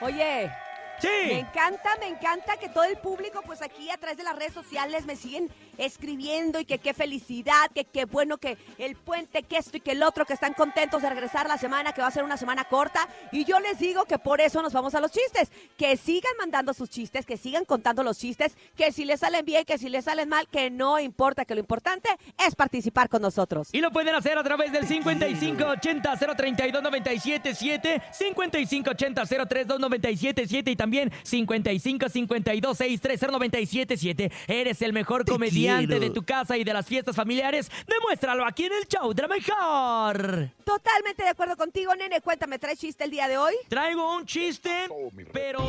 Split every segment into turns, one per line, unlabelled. Oye, me
Sí.
encanta, me encanta que todo el público, pues aquí a través de las redes sociales, me siguen escribiendo y que qué felicidad, que qué bueno que el puente, que esto y que el otro, que están contentos de regresar la semana, que va a ser una semana corta. Y yo les digo que por eso nos vamos a los chistes. Que sigan mandando sus chistes, que sigan contando los chistes, que si les salen bien, que si les salen mal, que no importa, que lo importante es participar con nosotros.
Y lo pueden hacer a través del 5580-032-977, 5580-032-977 y también 5552-630-977. Eres el mejor comediante
quiero.
de tu casa y de las fiestas familiares. Demuéstralo aquí en el show de la mejor.
Totalmente de acuerdo contigo, nene. Cuéntame, ¿traes chiste el día de hoy?
Traigo un chiste, pero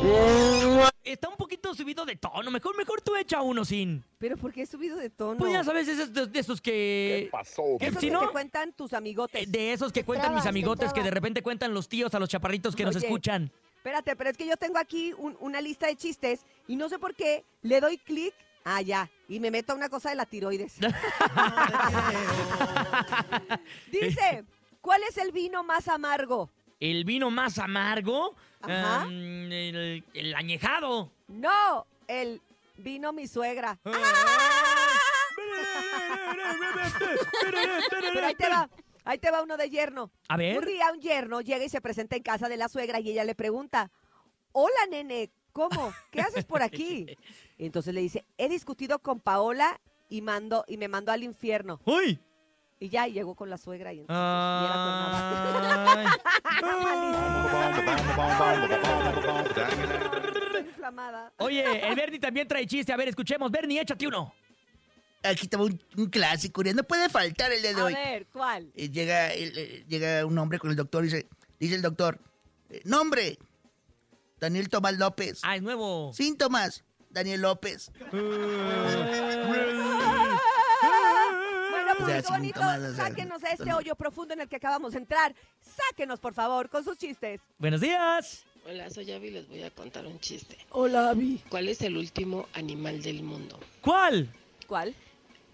está un poquito subido de tono. Mejor, mejor tú echa uno sin.
Pero ¿por qué he subido de tono?
Pues ya sabes, esos de, de esos que.
pasó?
¿Qué
Esos
si
que
no-
te cuentan tus
eh,
amigotes.
De esos que cuentan mis
trabas, te
amigotes que de
trabas.
repente cuentan los tíos a los chaparritos que nos
Oye.
escuchan.
Espérate, pero es que yo tengo aquí un- una lista de chistes y no sé por qué le doy clic allá y me meto a una cosa de la tiroides. Dice, ¿cuál es el vino más amargo?
El vino más amargo.
Ajá.
am, el, el añejado.
No, el vino mi suegra.
Ah.
Pero ahí te va, ahí te va uno de yerno.
A
Un
ver.
día un yerno llega y se presenta en casa de la suegra y ella le pregunta, hola nene, ¿cómo? ¿Qué haces por aquí? Y entonces le dice, he discutido con Paola y, mando, y me mandó al infierno.
¡Uy!
Y ya y llegó con la suegra y entonces... y era cuernavaca.
Ay.
Estoy inflamada.
Oye, el Bernie también trae chiste. A ver, escuchemos. Bernie, échate uno.
Aquí estaba un, un clásico, Urias. No puede faltar el día de
A
hoy.
ver, ¿cuál?
Eh, llega, el- eh, llega un hombre con el doctor y dice, dice el doctor, eh, nombre, Daniel Tomás López.
Ah, es nuevo.
Síntomas, Daniel López.
Bueno,
O sea,
público
Pues, si nunca
bonito,
más las-
sáquenos de este hoyo profundo en el que acabamos de entrar. Sáquenos, por favor, con sus chistes.
Buenos días.
Hola, soy Abby y les voy a contar un chiste.
Hola, Abby.
¿Cuál es el último animal del mundo?
¿Cuál?
¿Cuál?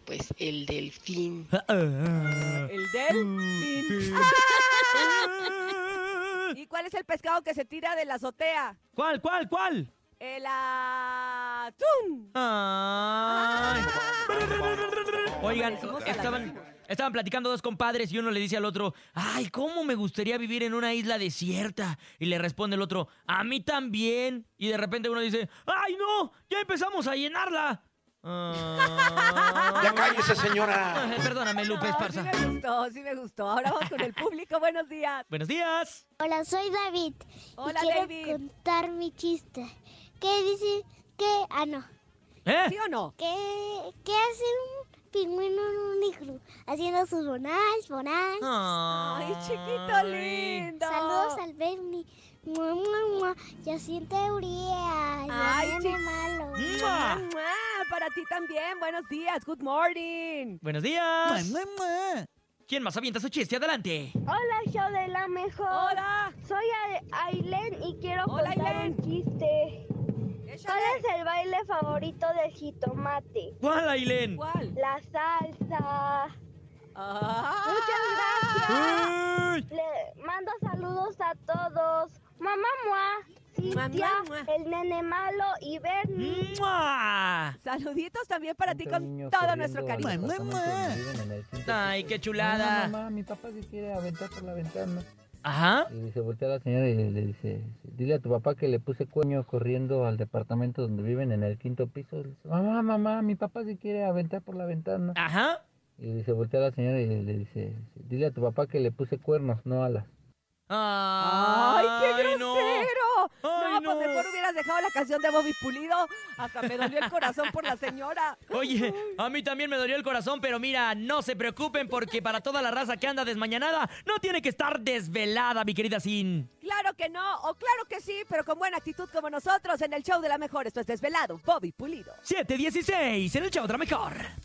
Pues el delfín.
El del... Ah, ¿Y cuál es el pescado que se tira de la azotea?
¿Cuál, cuál, cuál?
El atún.
Ay. Oigan,
Amanecimos a la
estaban,
máxima.
estaban platicando dos compadres y uno le dice al otro, ay, ¿cómo me gustaría vivir en una isla desierta? Y le responde el otro, a mí también. Y de repente uno dice, ay, no, ya empezamos a llenarla.
Ya
Ah,
cállese, señora.
eh, Perdóname,
No,
Lupe
sí
Esparza.
me gustó, sí me gustó. Ahora vamos con el público. Buenos días.
Buenos días.
Hola, soy David.
Hola,
y quiero
David.
contar mi chiste. ¿Qué dice? ¿Qué? Ah, no.
¿Eh?
¿Sí o no?
¿Qué, qué hace un pingüino en un iglú? Haciendo sus bonais, bonais.
Ah,
Ay, chiquito lindo.
Saludos al Bernie. Mua, mua, mua. Yo siento
Ay,
Urias.
Mm.
Ay,
chi-
malo.
¡Mua!
¡Mua! Para ti también. Buenos días. Good morning.
Buenos días. ¿Quién más avienta su chiste? Adelante.
Hola, show de la mejor.
Hola.
Soy A- Ailén y quiero
Hola,
contar
Ailén.
un chiste. ¿Cuál
Échale.
es el baile favorito del jitomate?
¿Cuál, Ailén?
¿Cuál?
La salsa.
Ah. Muchas
Ay.
Le mando saludos a todos. Mamá Mua, Cintia,
Mamá Mua.
el nene malo y Bernie.
¡Mua!
Saluditos también para ti con todo nuestro cariño.
Ay, qué
Mamá,
chulada.
mamá, mi papá se quiere aventar por la ventana.
Ajá.
Y se voltea la señora y le dice, dile a tu papá que le puse cueño corriendo al departamento donde viven en el quinto piso. Le dice, mamá, mamá, mi papá se quiere aventar por la ventana.
Ajá.
Y se voltea la señora y le dice, dile a tu papá que le puse cuernos, no alas.
¡Ay, qué
no.
grosero!
Ay,
No,
no.
pues mejor hubieras dejado la canción de Bobby Pulido. Hasta me dolió el corazón por la señora.
Oye, a mí también me dolió el corazón, pero mira, no se preocupen porque para toda la raza que anda desmañanada, no tiene que estar desvelada, mi querida Sin.
Claro que no, o claro que sí, pero con buena actitud como nosotros en el show de la mejor. Esto es Desvelado, Bobby Pulido.
716, en el chavo otra mejor.